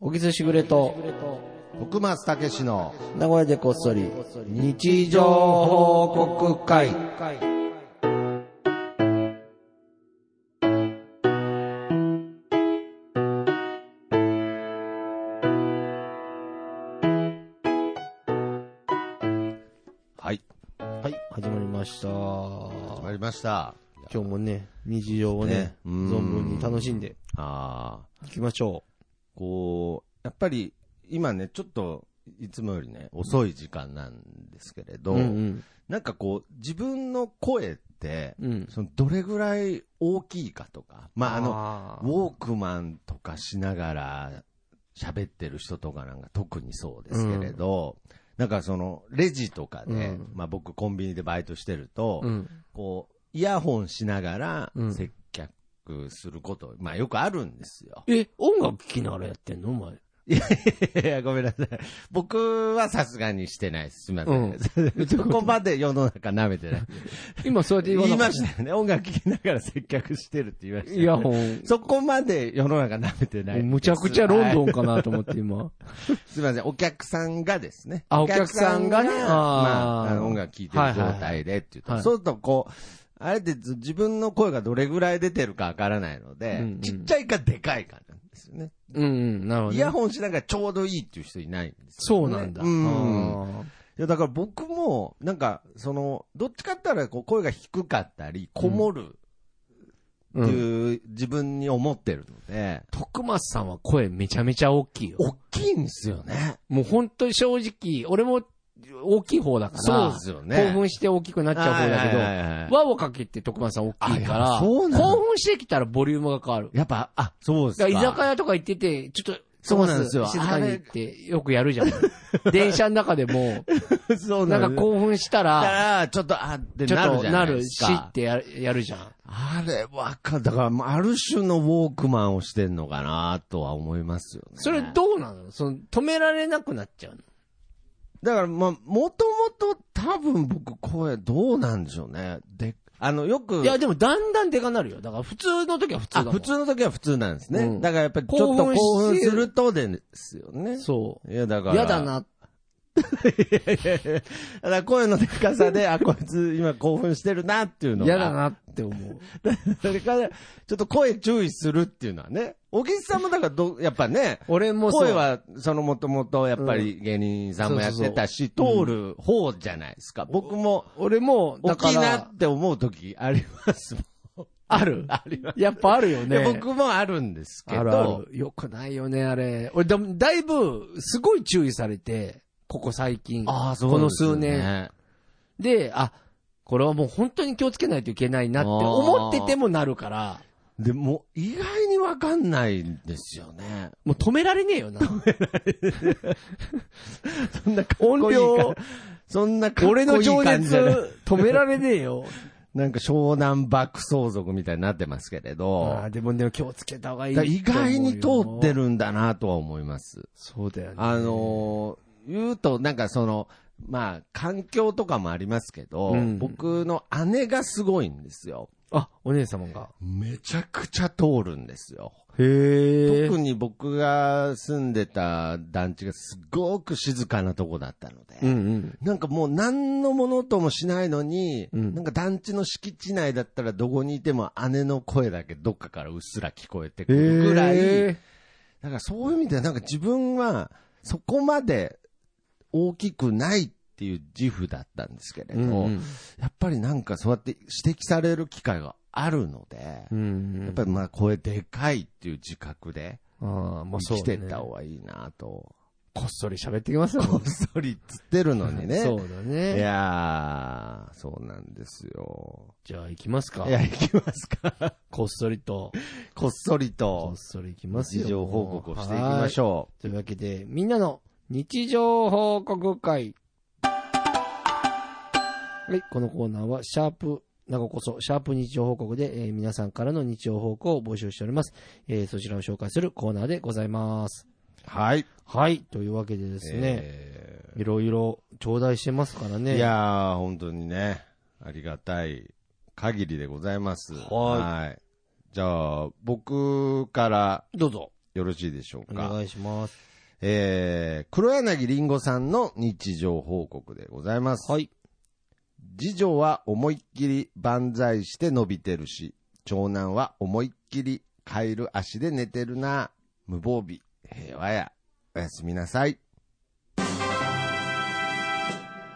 小木津しぐれと、徳松たけしの名古屋でこっそり、日常報告会。はいはい、始まりました。始今まりました日もね、日常をねね、うん存分に楽しんでああいきましょこうやっぱり今ねちょっといつもよりね遅い時間なんですけれう。ど、うんなんかこう自分の声って、うん。うん。そのどれぐらい大きいかとかまああののウォークマンとかしながら喋ってる人とかなんか特にそうですけれど、なんかそのレジとかで、うんまあ僕コンビニでバイトしてると、うん。こうイヤホンしながらうん接客すること、まあよくあるんですよ。え、音楽聴きながらやってんのお前。 いや、ごめんなさい。僕はさすがにしてないです。すみません。うん そこまで世の中舐めて ない。今そうやって言わいなかまったしたよね。音楽聴きながら接客してるって言いましたよね、イヤホン。そこまで世の中舐めてない。むちゃくちゃロンドン。ンかなと思って 今。すみません、お客さんがですね。あお客さんがねまあーあ、あの音楽聴いてる状態でっていうと、はいはいはいそうするとこう、あれってず自分の声がどれぐらい出てるかわからないのうで、んうんちっちゃいかでかいかなんですよね。うんうん、なるほどね。イヤホンしながらちょうどいいっていう人いないんですそよ、ね。うなんだ。うん。あいや、だから僕も、なんか、その、どっちかって言ったらこう声が低かったり、こもるー。うってんいう自分に思ってるので、徳松さんは声めちゃめちゃ大きいよ。大きいんですよね。もう本当に正直、俺も大きい方だから、そうですよね。興奮して大きくなっちゃう方だけど、輪をかけて徳松さん大きいかあら、そ興うなの奮してきたらボリュームが変わる。やっぱ、あ、そうですだか。から居酒屋とか行ってて、ちょっと、そうなんですよ静かに行って、よくやるじゃん。電車の中でも、 屋そうななんんか興奮したら、あちょっと、あってちょなっるとじゃなないでるしすか。ってやるやるじゃん。あれ、わかる。だから、もうある種のウォークマンをしてんのかなとは思いますよね。それどうなのその、止められなくなっちゃうのだから、まあ、もともと多分僕声どうなんでしょうね。で、あの、よく、いや、でもだんだんでかなるよ。だから普通の時は普通だあもん。普通の時は普通なんですね。うんだからやっぱりちょっと興奮するとですよね。そいや、だかう。ら。嫌だ。な。だから声のでかさで、 あ、こいつ今興奮してるなっていうのが。嫌だなって思う。 それから、ちょっと声注意するっていうのはね。小木さんもだからど、やっぱね、俺もそう。声は、そのもともと、やっぱり芸人さんもやってたし、通る方じゃないですか。僕も、俺も、だ大かきいならっ、て思う時ありますもん。ある。あります。やっぱあるよいやね。僕もあるんですけど、あるある。よくないよね、あれ。俺だ、だいぶ、すごい注意されて、ここ最近。ああ、そうこなんのです数ね年。。で、あ、これはもう本当に気をつけないといけないなって思っててもなるから、でも、意外にわかんないんですよね。もう止められねえよ な。そんなかっ音こいいから量、そんなかっこい俺い感のじじゃ情ない熱、止められねえよ。なんか湘南爆走族みたいになってますけれど ああ、。でもね、気をつけた方がいいだとから思うよ。意外に通ってるんだなとは思います。そうだよね。あのー言うと、なんかその、まあ、環境とかもありますけど、うん僕の姉がすごいんですよ。あ、お姉様が。めちゃくちゃ通るんですよ。へ特に僕が住んでた団地がすごく静かなとこだったので、うんうん。なんかもう何のものともしないのに、うんなんか団地の敷地内だったらどこにいても姉の声だけどっかからうっすら聞こえてくるぐらい、だからそういう意味ではなんか自分はそこまで大きくないっていう自負だったんですけれど、うんやっぱりなんかそうやって指摘される機会があるので、うん。やっぱりまあ声でかいっていう自覚でああ、まあ生そう、きね。てった方がいいなと、こっそり喋ってきますよ。こっそりつってるのにね。そうだいね。やー、そうなんですよ。じゃあ行きますかい。や、行きますか。こっそりと、こっそりことっ、そり行きます日よ。常報告をしていきましょょう。というわけで、みんなの日常報告会。はい、このコーナーは、シャープ、なごこそ、シャープ日常報告で、えー皆さんからの日常報告を募集しております。えーそちらを紹介するコーナーでございます。う。はい。はい、というわけでですね、えーいろいろ頂戴してますからね。いやー、本当にね、ありがたい限りでございます。はいいじゃあ、僕から、どうぞ。よろしいでしょうおか。願いします。えー、黒柳りんごさんの日常報告でございます。はい。次女は思いっきり万歳して伸びてるし、長男は思いっきりカエル足で寝てるな。無防備、平和や。おやすみなさい。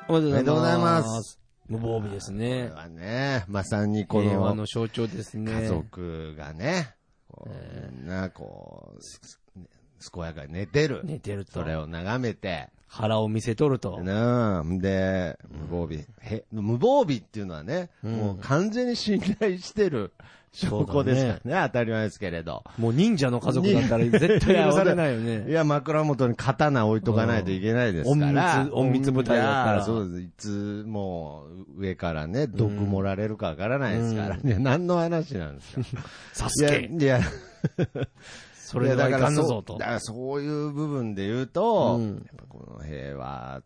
おめおめででとうごとうござざいいまますす。無防備ですこれね。はね、まさにこ平和のの象徴ですね。家族がね、こうみんなこう、すす健やかに寝てる。寝てるとそ。れを眺めて、腹を見せとると。なんで、無防備。へ無防備っていうのはね、うんもう完全に信頼してる証拠ですからね、当たり前ですけれど。もう忍者の家族だったら絶対許されないよいね。や、枕元に刀置いとかないといけないですから。うん隠密隠密部隊だったらいやそうです。いつ、もう、上からね、毒盛られるかわからないですから。いや、何の話なんですか。サいスや、ケ、いや、それではいやかんそのうぞとだ。からそういう部分で言うと、うんやっぱこの平和っ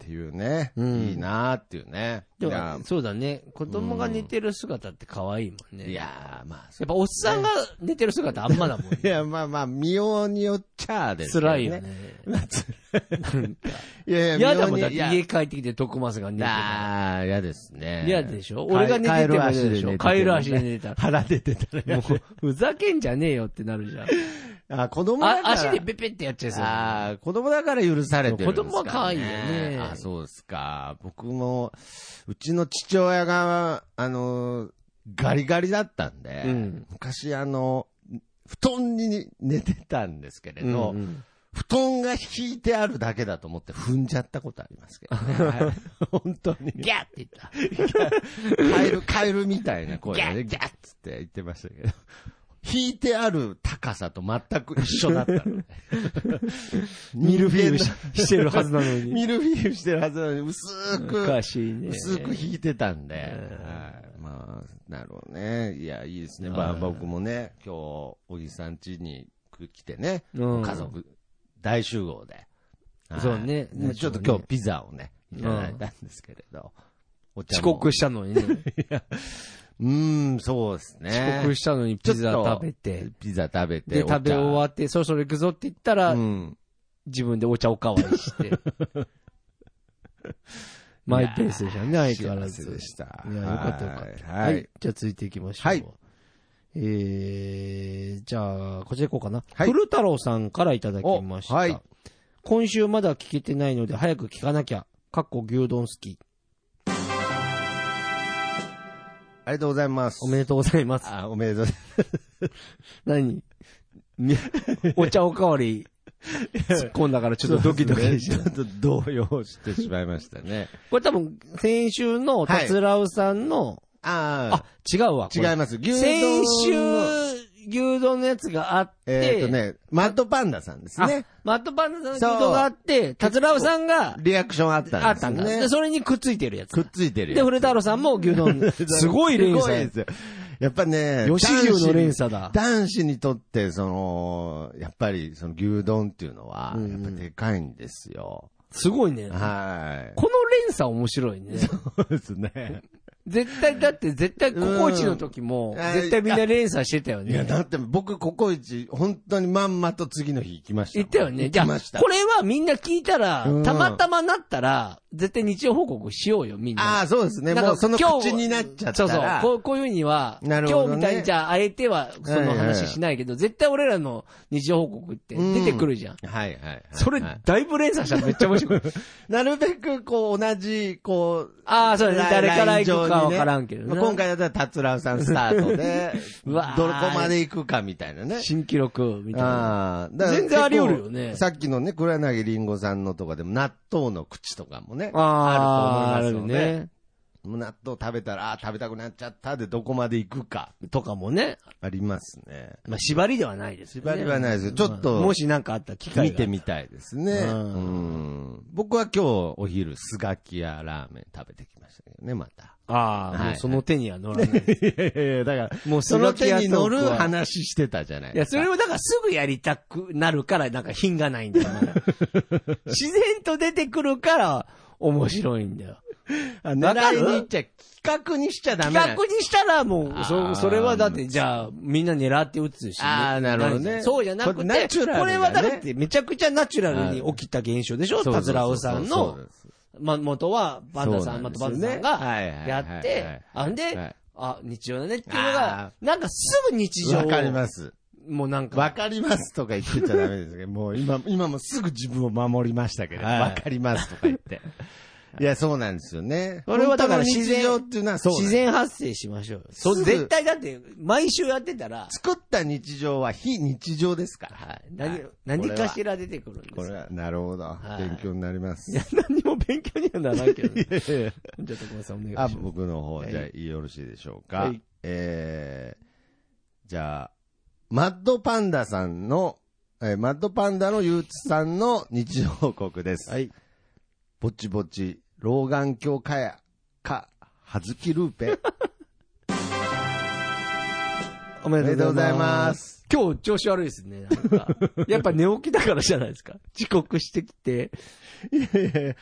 ていうね、うんいいなっていうね。でいやも、そうだね。子供が寝てる姿って可愛いもんね。いやーまあ、そやっぱおっさんが寝てる姿あんまだもんねうい。や、まあまあ、見ようによっちゃ ですけど辛いよね。。なんか いやいや、嫌だもんだっ見てように家帰ってきて徳松が寝てたああ、嫌ですねら。。嫌でしょ俺が寝てても嫌でしょカエル足で寝てたら。腹出てたらもう、ふざけんじゃねえよってなるじゃん。あ、子供だかあ、ら。足でペペってやっちゃいそうだね。あー子供だから許されてるんですか、ね。子供は可愛いよねあ、そうですか。僕も、うちの父親が、あの、ガリガリだったんで、うん昔あの、布団に寝てたんですけれうんど、うん布団が引いてあるだけだと思って踏んじゃったことありますけど、 ね、本当に。ギャーって言った。カエル、カエルみたいな声でね、ギギャッつって言ってましたけど。引いてある高さと全く一緒だったの ね。ミルフィーユししてるはずなのに。 ミルフィーユしてるはずなのに、薄おくか、しいね。薄く引いてたんで。うんはいまあ、なるほどね。いや、いいですね。うんまあ僕もね、今日、おじさん家に来てね、うん家族大集合で。はいそうねでちょっと今日ピザをね、いただいたんですけれど。お茶遅も刻したの にね。うーん、そうですね。遅刻したのにピザ食べて。ピザ食べて。で、食べ終わっって、そろそろ行くぞって言ったら、うん。自分でお茶おかわり して。マイペースでしたね、相変わらず。幸せでした。いや、よかったよかった。はい。はい。。じゃあ続いていきましょう。はいえー、じゃあ、こちら行こうかな。はい古太郎さんからいただきました。おはい今週まだ聞けてないので、早く聞かなきゃ。かっこ牛丼好き。ありがとうございます。おめでとうござい ます。あ、おめでとうござい何みお茶おかわり突っ込んだからちょっとドキドますキしてちょっと動揺してしまいましたね。これ多分、先週のたつらうさんの、 あ、あ違うわ。あ、違います。牛丼先の。週、牛丼のやつがあって、えっとね、マッドパンダさんですあね。マットパンダさんの牛丼があって、たつらうさんがリアクションあったんですね。あったんだ。で、それにくっついてるやつくっだ。ついてるで、よ。古太郎さんも牛 丼、すごい連すごい鎖で。すよ。やっぱね、吉牛の連男子鎖だ。男子にとって、その、やっぱり、その牛丼っていうのは、うんやっぱでかいんですよ。すごいね。はい。この連鎖面白いね。そうです ね。絶対、だって絶対、ココイチの時も、うん絶対みんな連鎖してたよいや、ね。だって僕、ココイチ、本当にまんまと次の日行きましたも言ん。ったよね。じゃ行あ、きました。これはみんな聞いたらう、んたまたまなったら、絶対日曜報告しようよ、みんな。ああ、そうですね。なんかもうその今日口になっちゃったそうら。そう。こうこういうふうには、なるほ今どね日みたいにじゃあ、あえてはその話しないけど、絶対俺らの日常報告って出てくるじゃん。はいはいはい。それは、だいぶ連鎖したらめっちゃ面白い。いなるべく、こう、同じ、こう、 ああ、そうだね。誰から行くかわからんんけどまあね。、今回だったら、達郎さんスタートで うわーどこまで行くかみたいなね。新記録みたいな。ああ、だから全然あり得るよね結構さっきのね、黒柳りんごさんのとかでも、納豆の口とかもあね、ーあると思いますよあねるね。もう納豆食べたら、あー食べたくなっちゃったで、どこまで行くか、とかもね。ありますね。まあ、縛りではないですよね縛りはないですよちょっとまあもしなんかあったら機会見がて。みたいですね。ううんん。僕は今日、お昼、スガキ屋ラーメン食べてきましたけどね、また。ああ、もうその手には乗らない。いやいやいや、だから、もうその手に乗る話話してたじゃないいや、それは、をだからすぐやりたくなるから、なんか品 がないんだよ。まだ自然と出てくるから、面白いんだよ。あわか狙るいに行っちゃ、企画にしちゃダメな企ん画にしたらもう、あーそ、それはだって、じゃあ、みんな狙って打つし、あーなるほどねんそうじゃなこくれて、ナチュラルだねこれはだって、めちゃくちゃナチュラルに起きた現象でしょそうそう達そう郎さんそうのなんですま、元は、バンダさん、そうなんまでたすバンよねダさんはいはいはいがはいやって、あんはでい、あ、日曜だねっていうのあが、なんかすぐ日常をわかります。もうなんわか、かりますとか言ってちゃダメですけど、もう今、今もすぐ自分を守りましたけど、はいわかりますとか言 って。いや、そうなんですよね。それはだから自然本当の日常っていうのはそうなんで自す。然発生しましょうよ。そう、すぐ絶対だって、毎週やってたら、作った日常は非日常ですから。はい。は何い、何かしこら出てくるんですれは、これよはなるほど。はい勉強になりますい。や、何も勉強にはならんけ どね。じゃあ、徳間さんお願いしまあ、す。僕の方、はいじゃあ、よろしいでしょうか。はいえー、じゃあ、マッドパンダさんの、えーマッドパンダのゆうつさんの日常報告です。はい。ぼちぼち、老眼鏡かや、か、はずきルーペ。おめでとうございます。今日調子悪いですね、なんか。やっぱ寝起きだからじゃない ですか。遅刻してきて、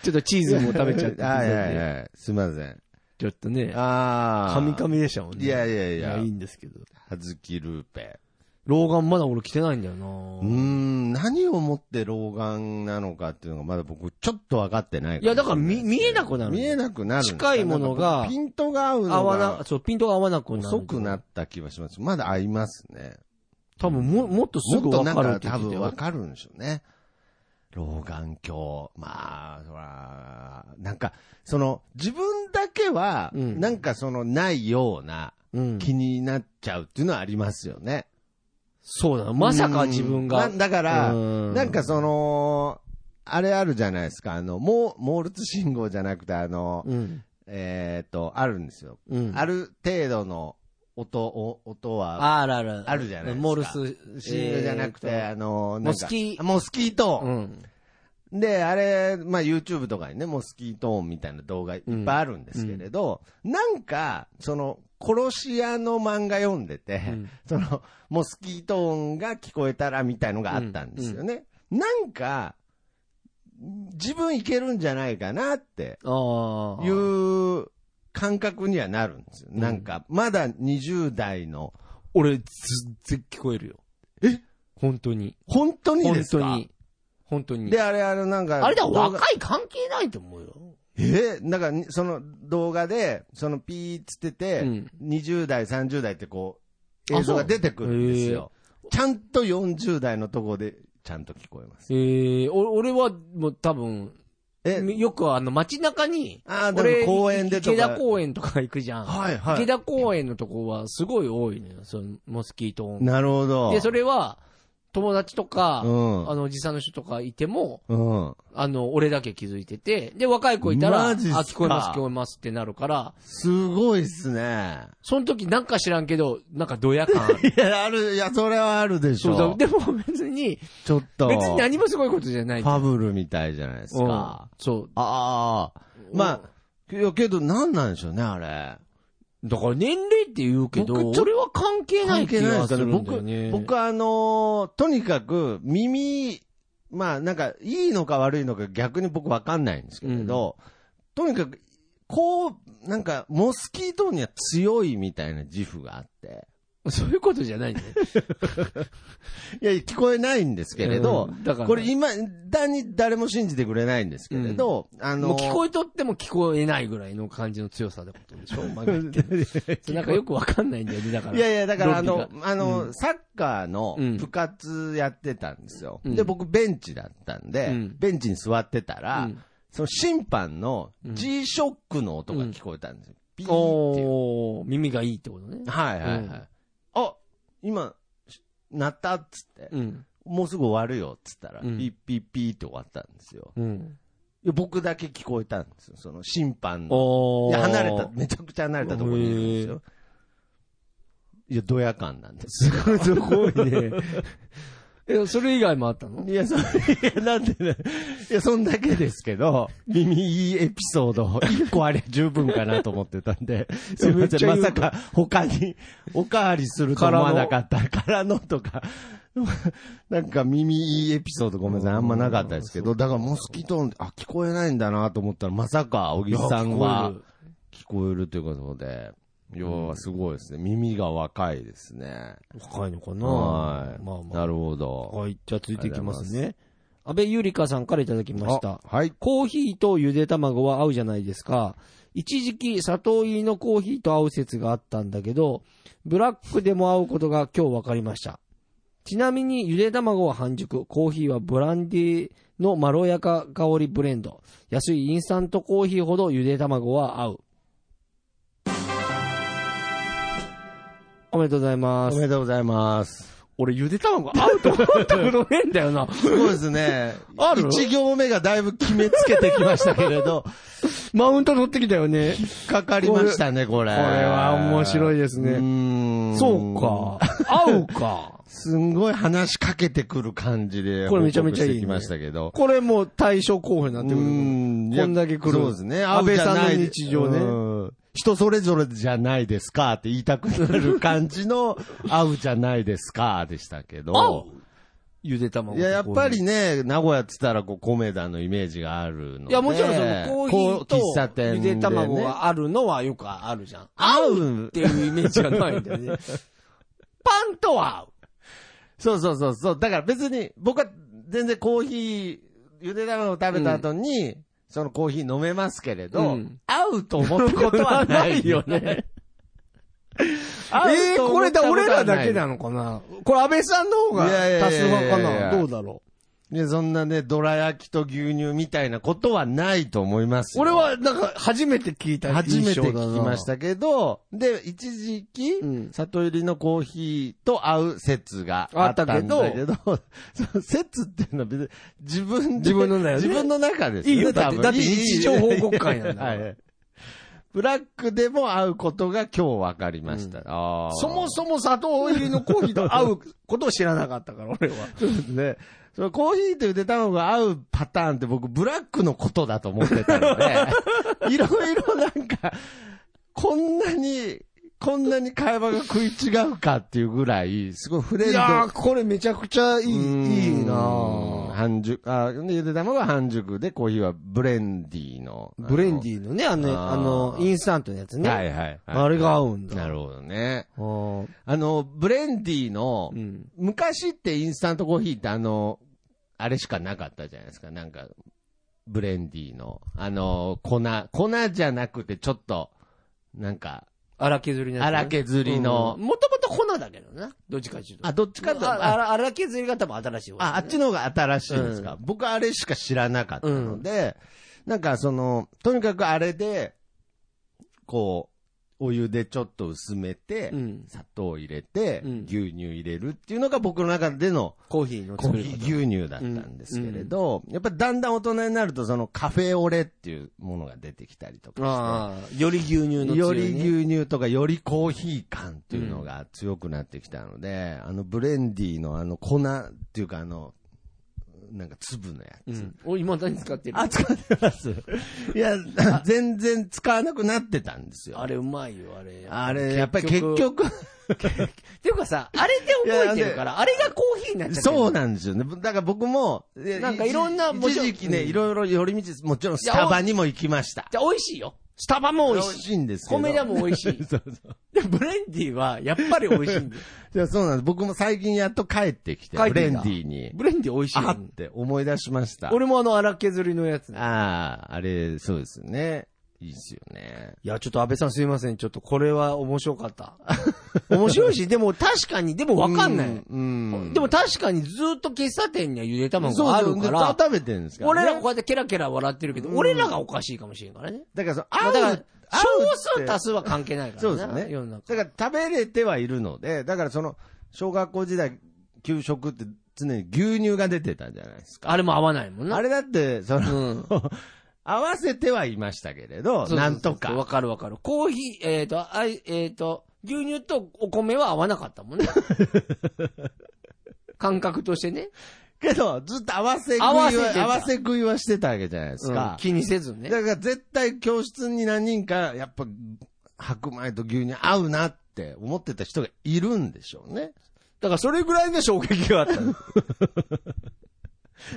ちょっとチーズも食べちゃって、 はいはいはい。すいません。ちょっとね、ああ。カミカミでしたもんね。いやいやいやいいんですけど。はずきルーペ。老眼まだ俺着てないんだよなうーん、何をもって老眼なのかっていうのがまだ僕ちょっと分かってないいや、だから見、見えなくくなる。見えなくなるんですか。近いものがなんかピントが合う合のわな、がそう、ピントが合わなくなる。遅くなった気がします。まだ合いますね。多分も、もっとすもぐっと分なんかるっかて言多ってた分よわかるんでしょうね。老眼鏡。まあ、ほら、なんか、その、自分だけは、うんなんかその、ないような、うん。気になっちゃうっていうのはありますよね。そうだな。まさか自分が。うんなだから、うなんか、その、あれあるじゃないですか、あの、モーモールツ信号じゃなくて、あの、うん。えーっと、あるんですよ。うん。ある程度の音、お音は、あるある。あるじゃないですかモールス信号じゃなくて、あの、なモんかスキーモスキーうトん。ーン。で、あれ、まあ、YouTube とかにね、モスキートーンみたいな動画いっぱいあるんですけれど、なんか、その、殺し屋の漫画読んでて、うんその、モスキート音が聞こえたらみたいのがあったんですよね。なんか、自分いけるんじゃないかなってああ。いう感覚にはなるんですよ。んなんか、まだ20代の、俺、ずっと聞こえるよ。え本当に。本当にで本すか当に。本当に。で、あれ、あれ、なんか、あれだ、動画若い関係ないと思うよ。えなんかに、その動画で、そのピーっつってて、うん20代、30代ってこう、あ映像が出てくるんですよ。ちゃんと40代のとこで、ちゃんと聞こえます。ええ、お俺は、もう多分、え、よくあの街中に、ああ、で俺、も公園でとか。池田公園とか行くじゃん。はいはい池田公園のとこはすごい多いのよ、そのモスキート音。なるほど。で、それは、友達とか、うんあの、おじさんの人とかいても、うん。あの、俺だけ気づいてて、で、若い子いたら、あ、マジっすか聞こえます、聞こえますってなるから、すごいっすね。その時なんか知らんけど、なんかドヤ感ある。いや、ある、いや、 それはあるでしそうだょ。でも別に、ちょっと、別に何もすごいことじゃないファブルみたいじゃないですうんか。そう。ああ、まあ、いや、けど、なんなんでしょうね、あれ。だから年齢って言うけど、僕ちょ俺は関係ない気がするんだよね。僕、僕はあのーとにかく耳、まあなんか、いいのか悪いのか逆に僕わかんないんですけれど、とにかく、こう、なんか、モスキートには強いみたいな自負があって、そういうことじゃないんだよね。いや、聞こえないんですけれどう、んだから、これ今、だに誰も信じてくれないんですけれど、あのもう聞こえとっても聞こえないぐらいの感じの強さでことでしょお前が言って るなんかよくわかんないんだよね、だから。いやいや、だからあロのッキ、あの、うんサッカーのうん部活やってたんですよ。うんで、僕ベンチだったんで、うんベンチに座ってたら、うんその審判のうん G ショックの音が聞こえたんですよ。ピーっていう。おー、耳がいいってことね。はいはいはい。うんあ、今、し鳴ったっつって、うん。もうすぐ終わるよっつったら、うんピッピッピーって終わったんですよ。うん。いや僕だけ聞こえたんですよ。その審判の。おいー。や離れた、めちゃくちゃ離れたところにいるんですよ。いや、ドヤ感なんです。すごい、すごいね。 え、それ以外もあったのいや、そ、い や、なんでね。いや、そんだけですけ ど、耳いいエピソード、1個あれ十分かなと思ってたんで、すみま めっちせゃん、言まうさか他におかわりすると思わなかったからのとか、 なんか耳いいエピソードごめんなさい、あんまなかったですけど、だからモスキート音、あ、聞こえないんだなと思ったら、まさか、小木さんは聞こえるということで、いやーすごいですね。耳が若いですね。若いのかなはい。まあまあな。るほど。はい、じゃあ続いていきますね。安倍ゆりかさんからいただきました。あはい。コーヒーとゆで卵は合うじゃないですか。一時期、砂糖入りのコーヒーと合う説があったんだけど、ブラックでも合うことが今日分かりました。ちなみに、ゆで卵は半熟、コーヒーはブランデーのまろやか香りブレンド。安いインスタントコーヒーほどゆで卵は合う。おめでとうございまおすめ。でとうございます。俺、ゆで卵合うと思った ことねえんだよな。。そうですね ある一行目がだいぶ決めつけてきましたけ れど、マウント取ってきたよね。かかりましたね、これ。これは面白いですねうーんそう。か。合うか。すんごい話しかけてくる感じで、これめちゃめちゃいいね報告してきましたけど。これもう対象候補になってくるうーの。んこんだけ来るそうですね。安倍さんのあじゃない日常ねうん人それぞれじゃないですかって言いたくなる感じの、合うじゃないですかでしたけど。ゆで卵いとや、コーヒー。やっぱりね、名古屋っつったら、こう、米田のイメージがあるので。いや、もちろんそのコーヒこう喫茶ーと店ゆでねで卵があるのはよくあるじゃん。合合ううっていうイメージがないんだよ ね。パンとは合う。そうそうそうそう。だから別に、僕は全然コーヒー、ゆで卵を食べた後に、そのコーヒー飲めますけれど、うん合うと思ったことはないよね。ね。合えうー、とこ思れっだ、たことは俺らだないけなのかなこれ安倍さんの方がいやいや多い数やいや派かいやなどうだろね、そんなね、どら焼きと牛乳みたいなことはないと思いますう。よ俺は、なんか、初めて聞いた初め印て象だな。聞きまし。たけど、で、一時期、うん里入りのコーヒーと合う説があったんだけど、あったけ その説っていうのは別に自分で自分のだよね自分の中ですいいよだって多分だっていい日常報告会なんだからはいはいブラックでも合うことが今日分かりました。あーそもそも砂糖入りのコーヒーと合うことを知らなかった から、俺は。そうです ね。そのコーヒーとゆで卵が合うパターンって僕、ブラックのことだと思って たので、いろいろなんか、こんなに、こんなに会話が食い違うかっていうぐらい、すごいフレンいド。やー、これめちゃくちゃいい、いいなぁぁ。半熟、あ、でゆで卵は半熟で、コーヒーはブレンディーの。ブレンディーのね、あの、あーあの、インスタントのやつーはいね。はいはい。あれが合うんだ。なるほどね。ほあの、ブレンディーの、うん。昔ってインスタントコーヒーってあの、あれしかなかったじゃないですか。なんか、ブレンディーの、あの、粉、粉じゃなくてちょっと、なんか、荒削りのやつね。荒削りのうんもともと粉だけどな。どっちかっていうと。あ、どっちかと、あああ荒削りが多分新しい方だねああっちの方が新しいんですか。僕あれしか知らなかったので、なんかその、とにかくあれで、こう、お湯でちょっと薄めて、うん。砂糖入れて、うん牛乳入れるっていうのが僕の中でのコーヒーのコ作ーりヒ方。ー牛乳だったんですけれど、やっぱりだんだん大人になると、そのカフェオレっていうものが出てきたりとかああ、より牛乳しのて、強よいねり牛乳とかよりコーヒー感っていうのが強くなってきたので、あのブレンディーのあの粉っていうかあの、なんか粒のやつ。うん。お、今何使ってるあ、使っ てます。いや、全然使わなくなってたんですよ。あれうまいよ、あれ。あれ、やっぱり結局、っていうかさ、あれで覚えてるから、あれがコーヒーになっちゃってるそうなんですよね。だから僕も、なんかいろんなも一ちろん時期ね、うんいろいろ寄り道、もちろんスタバにも行きました。じゃあ美味しいよ。スタバも美味しい。いんですけど。米田も美味しい。 そうそう。で、ブレンディーはやっぱり美味しいんだよ。いや、そうなんです。僕も最近やっと帰ってきて、帰ってきたブレンディーに。 ブレンディー美味しいよあって思い出しました。俺もあの荒削りのやつね。ああ、あれ、そうですね。いいっすよね。いや、ちょっと安倍さんすいません。ちょっとこれは面白かった。 面白いし、でも確かに、でもわかんなうい。うん。でも確かにずっと喫茶店にはゆでそう卵そう、があるかずっらと、食べてるんですから、ね。俺らこうやってケラケラ笑ってるけど、俺らがおかしいかもしれんからね。だからその、まああだから、少数た多数は関係ないからそうですね。世の中。だから食べれてはいるので、だからその、小学校時代、給食って常に牛乳が出てたじゃないですか。あれも合わないもんな。あれだって、その、うん。 合わせてはいましたけれそうど、そうそうなんとか。わかるわかる。コーヒー、えっ、と、あいえっ、と、牛乳とお米は合わなかったも んね。感覚としてね。けど、ずっと合わせ食い合わせては、た合わせ食いはしてたわけじゃないですうんか。気にせずね。だから絶対教室に何人か、やっぱ、白米と牛乳合うなって思ってた人がいるんでしょうね。だからそれぐらいの衝撃があったの。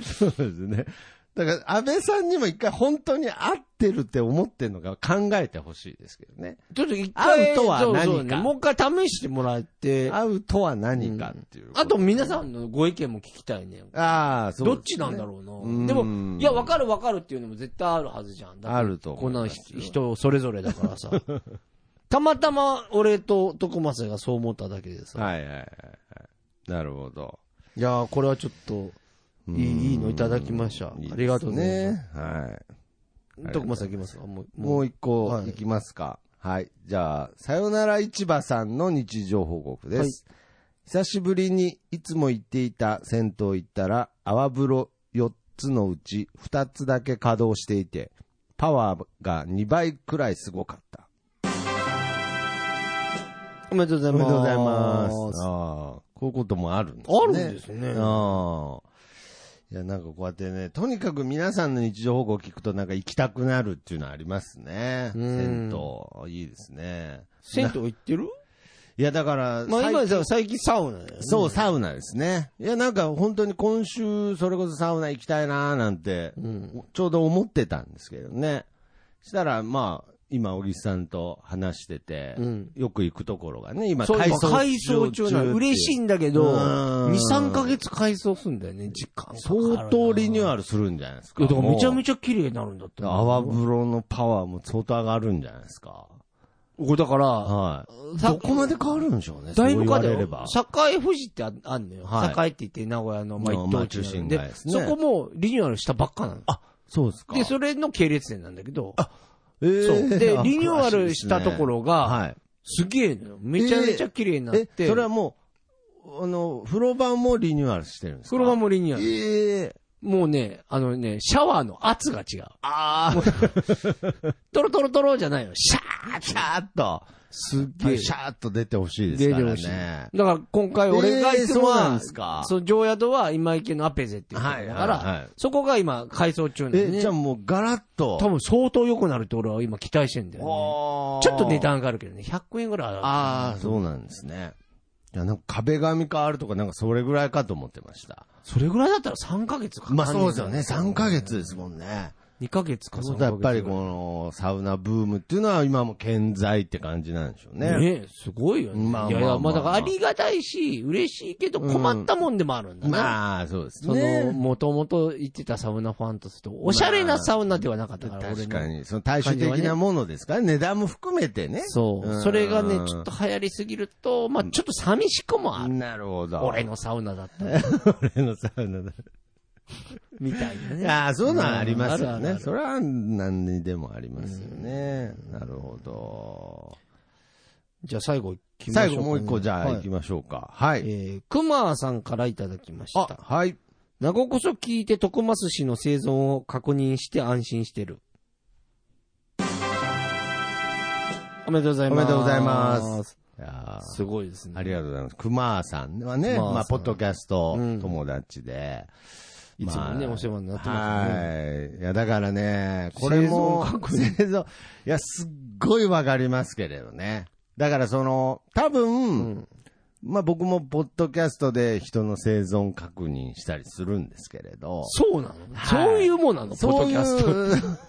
そうですね。だから、安倍さんにも一回本当に合ってるって思ってるのか考えてほしいですけどね。 ちょっと一回、会うとはそうそう何かもう一回試してもらって、合うとは何かっていう、あと皆ん。さんのご意見も聞きたいね。ああ、そうどっちなんだろううな。んでも、いや、わかるわかるっていうのも絶対あるはずじゃん。だってあると思こいんなますよ人それぞれだから さ。たまたま俺と徳松がそう思っただけでさ。はいはいはいはい。なるほど。いやー、これはちょっと、いいいいのいただきました。あいいですりがとうございます。ね。はい。徳松さんいきますかもう、ももうう一個はいいきますか。はい。じゃあ、さよなら市場さんの日常報告です。久しぶりにいつも行っていた銭湯行ったら、泡風呂4つのうち2つだけ稼働していて、パワーが2倍くらいすごかった。おめでとうござおいめま。ですとうございます。ああ、こういうこともあるんですね。あるんですね。ああ。いや、なんかこうやってね、とにかく皆さんの日常報告聞くとなんか行きたくなるっていうのはありますね。うん銭湯。いいですね。銭湯行ってるいや、だから、まあ最今近さ、最近サウナだよね。そう、サウナですね。いや、なんか本当に今週、それこそサウナ行きたいなーなんて、ちょうど思ってたんですけどね。したら、まあ、今、小木さんと話してて、うんよく行くところがね、今、そう、改改装装改装中なの。嬉しいい。んだけど、う2、ん3ヶ月改装すんだよね、時間かかるな。相当リニューアルするんじゃないですいか。やだからめちゃめちちゃ綺麗になるんだって。泡風呂のパワーも相当上がるんじゃないですか。これだから、はい。さどこまで変わるんでしょうね、だいそぶう言わかれだれよば。。堺富士ってああんのよ。はい堺って言って名古屋の、まあ、まあ一等地なんでまあ中心街ですねそこもリニューアルしたばっかなの。あ、そうですか。で、それの系列店なんだけど、えーそう。 であ、リニューア詳しいでルすしねたところが、はい。すげえのよ。めちゃめちゃ綺麗になっえて、、それはもう、あの、風呂場もリニューアルしてるんですか車もリニューアル。ええもうね、あのね、シャワーの圧が違う。ああ、トロトロトロじゃないよ。シャー シャーっと、すっげシえ。ャーっと出てほし出いですてからほしい。ね。だから今回俺がいつもえーそうなんは、ですかそう、上宿は今池のアペゼっていうところだから、はいはいはいそこが今改装中なんで、え、ね。じゃあもうガラッと。多分相当良くなるって俺は今期待してんだよね。おーちょっと値。段上がるけどね、100円ぐらい上がる。ああ、そうなんですね。いや、なんか壁紙変わるとか、なんかそれぐらいかと思ってました。それぐらいだったら3ヶ月かかまあそうですよね。3ヶ。月ですもんね。 2ヶ月かそう3だヶ月やっぐらぱい。りこのサウナブームっていうのは今も健在って感じなんでしょうね。ねすごいよね。まあいやいまあや、ままああだからありがたいし、嬉しいけど困ったもんでもあるんだね。まあ、そうですその、ね。もともと行ってたサウナファンとすると、おしゃれなサウナではなかったから、確俺かの。に、その対照的なものですから、値段も含めてね。そうう。んそれがね、ちょっと流行りすぎると、まあちょっと寂しくもある。なるほど。俺のサウナだった。俺のサウナだ。みたいなね。ああ、 そういうのはありますうんよあるあるあね。るそれは何にでもありますよね。なるほど。じゃあ最後行きましょう最かね、後もう一個じゃあ行きましょうか。はえい。ー、クマさんからいただきましあた。、はい。名古こそ聞いて徳松氏の生存を確認して安心してる。おめでとうございおます。めでとうございます。。いやーすごいですね。ありがとうございます。熊さんはね、熊さんまあ、ポッドキャストうん友達で。いつもねお世話になってますはい。いや、だからね、これも、生存確製造、いや、すっごいわかりますけれどね。だからその、多分、うんまあ僕もポッドキャストで人の生存確認したりするんですけれど。そうなの、はいそういうもんなのポッドキャスト。そういう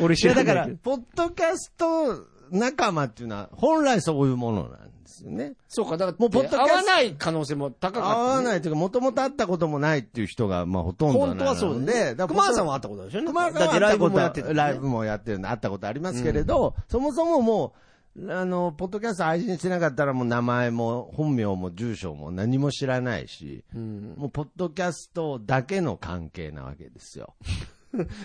俺い知や、らなだいからけど、ポッドキャスト仲間っていうのは、本来そういうものなんですよね。そうか、だから、もうポッドキャスト合わない可能性も高かった、。合わないいというか、もともと会ったこともないっていう人が、まあ、ほとんどなの本当はそうで、で。だ熊さんはは、会ったことあるでしょ熊さんだはってライブもやってた会たね、ことライブもやってるんで、会ったことありますけれど、そもそももう、あの、ポッドキャスト配信してなかったら、もう名前も、本名も、住所も何も知らないし、うん。もう、ポッドキャストだけの関係なわけですよ。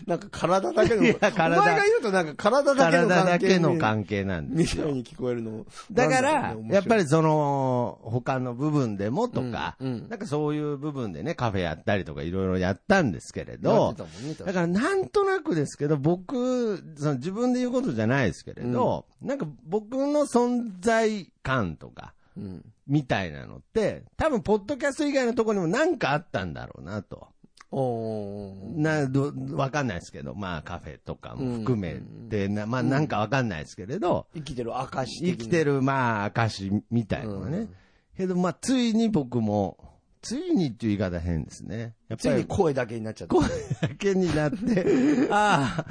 なんか体だけの、いや体お前が言うとなんか体だけの関係体だけの関係なんでみすたよい。に聞こえるの。だから、やっぱり、りその、他の部分でもとか、うんうんなんかそういう部分でね、カフェやったりとかいろいろやったんですけれやっどてた、もんねだからなんとなくですけど、僕、その自分で言うことじゃないですけれど、なんか僕の存在感とか、うんみたいなのって、多分、ポッドキャスト以外のところにもなんかあったんだろうなと。おーな、ど、わかんないですけど、まあカフェとかも含めて、なまあなんかわかんないですけれど、生きてる証生きてる。る、まあ、証みたいなのがね、けど、まあ、ついに僕も、ついにっていう言い方変ですね。やっつぱいにり、声だけになっちゃった。声だけに なって、ああ、だか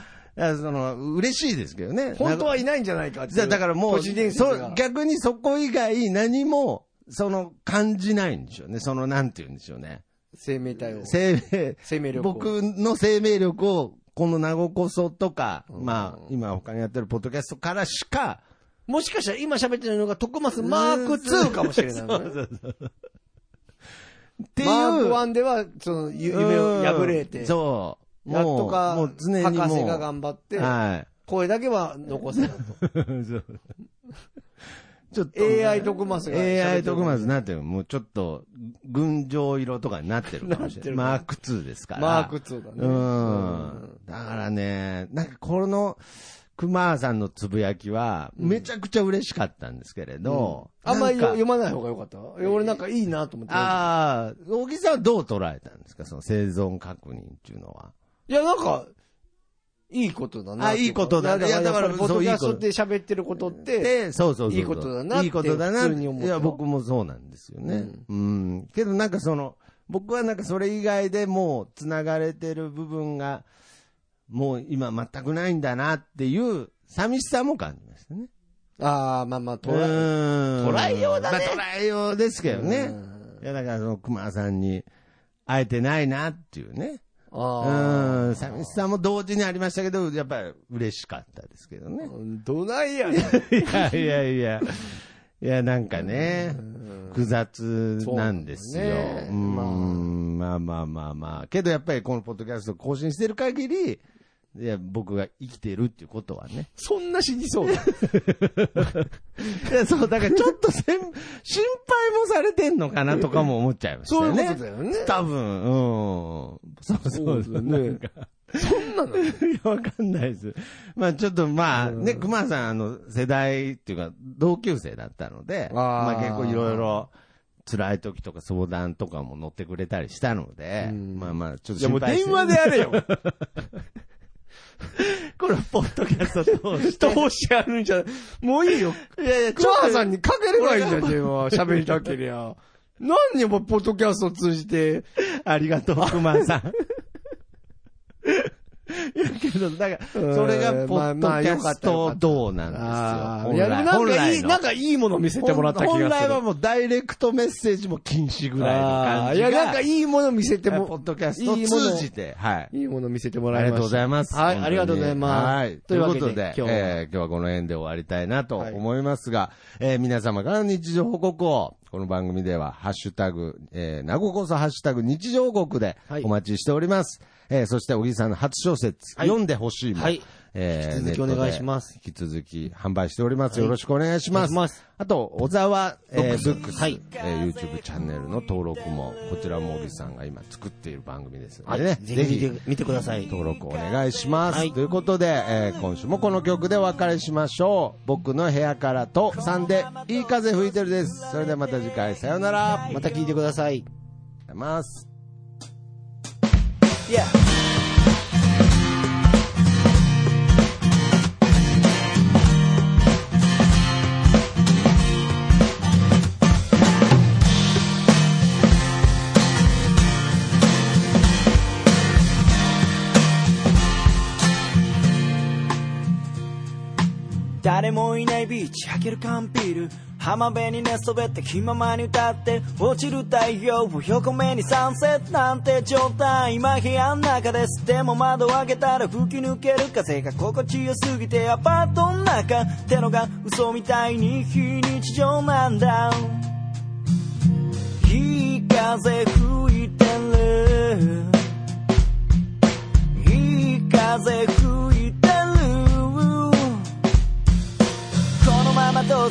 らその、嬉しいですけどね。本当はいないんじゃないかっていじゃあだからも都う、市伝説がそう逆にそこ以外何も、その、感じないんでしょうね。その、なんて言うんでしょうね。生命体を。生命、生命力を。僕の生命力を、この名護こそとか、まあ、今他にやってるポッドキャストからしか、もしかしたら今喋ってるのが徳マスマーク2かもしれない、ね。っていう。マーク1では、その、ゆ夢を破れて、うんやっそう。もうとか、もう常にもう。博士が頑張って、は声だけは残せなと。い。 そうちょっとね、 AI 徳マスが喋ってる。 AI 特まずなってる。もうちょっと、群青色とかになってるかもしれない。マなーってク2ですから。マーク2だね。うん。だからね、なんかこの、熊さんのつぶやきは、めちゃくちゃ嬉しかったんですけれど、あんまりなか読まない方が良かったえ俺なんかいいなと思って。ああ、小木さんはどう捉えたんですかその生存確認っていうのは。いや、なんか、いいことだな。あいいことだねいや、だから、いやだからポッドキャスそうトいいで喋ってることって、で、そうそうそうそう。いいことだなっていいことだな。普通に思ったいや、僕もそうなんですよね。うん。けどなんかその、僕はなんかそれ以外でもう繋がれてる部分が、もう今全くないんだなっていう寂しさも感じましたね。ああ、まあまあ、とうら、ーんトライ用だねまあトライ用ですけどねう。いや、だからその熊さんに会えてないなっていうね。うあん。寂しさも同時にありましたけど、やっぱり嬉しかったですけどねあ。。どないやねん。いやいやいや。いや、なんかね、複雑なんですよ。そうなんだねうんまあまあまあまあ。けどやっぱりこのポッドキャスト更新してる限り、いや、僕が生きてるっていうことはね。 そんな死にそうだ。いや、 そう、だからちょっとせん 心配もされてんのかなとかも思っちゃいましたそういようね。ことだよね。多分、うん。そうそうそう。なんかそんなの。い や、わかんないです。まあちょっとまあね、熊さん、あの、世代っていうか、同級生だったので、あーまあ結構いろいろ、辛い時とか相談とかも乗ってくれたりしたので、うんまあまあ、ちょっといや、も心う配して電話でやれよ。 これ、ポッドキャスト通しどて。うしあるんじゃ、もういいよ。いやいや、クワさんに。にかければいいじゃん、電話。喋りたけりゃ。 何にもポッドキャストを通じて。ありがとう、熊さん。 いやけど、だから、うんそれが、ポッドキャストどうなんああ、ですいよ。や、でもなんかいい、本来のなんかいいものを見せてもらった気がする。本来はもうダイレクトメッセージも禁止ぐらいのああ感いじが。や、なんかいいものを見せてポッも、ドキャストをいいもの通じて、はい。いいものを見せてもあらりいがまとうしごた。ざいます。はい本当にありがとうございますはい。とといいううわこけでとで、今今日日,、はえー今日はこの辺で終わりたいなとはい思いますが、えー皆様からの日常報告を、この番組では、ハッシュタグ、えー、名護こそハッシュタグ日常報告ではいお待ちしております。えーそして、小木さんの初小説、はい読んでほしいも、はいえ引き続きお願いします。ネットで引き続き販売しております。いよろしくお願いします。お願いしますあと、小沢、えー、ブブックスックス、はいえー YouTube チャンネルの登録も、こちらも小木さんが今作っている番組ですのでね、ぜひ見て見てください。登録お願いします。はいということで、えー今週もこの曲でお別れしましょう。僕の部屋からと3でいい風吹いてるです。それではまた次回さようなら。ありがとうまた聞いてください。ございます。いや。誰もいないビーチ開ける缶ビール浜辺に寝そべって気ままに歌って落ちる太陽を横目にサンセットなんて状態今部屋の中ですでも窓を開けたら吹き抜ける風が心地よすぎてアパートの中ってのが嘘みたいに非日常なんだいい風吹いてるいい風吹いてるこのままと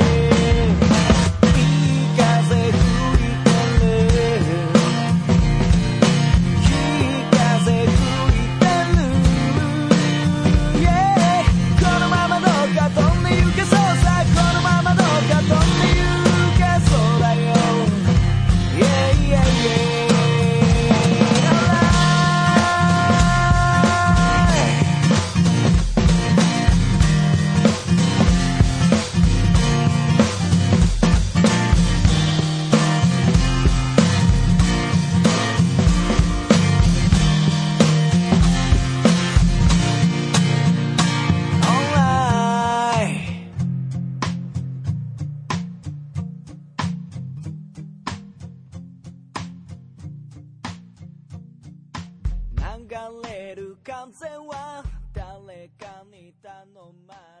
いい風吹いてるれる完全は誰かに頼まれ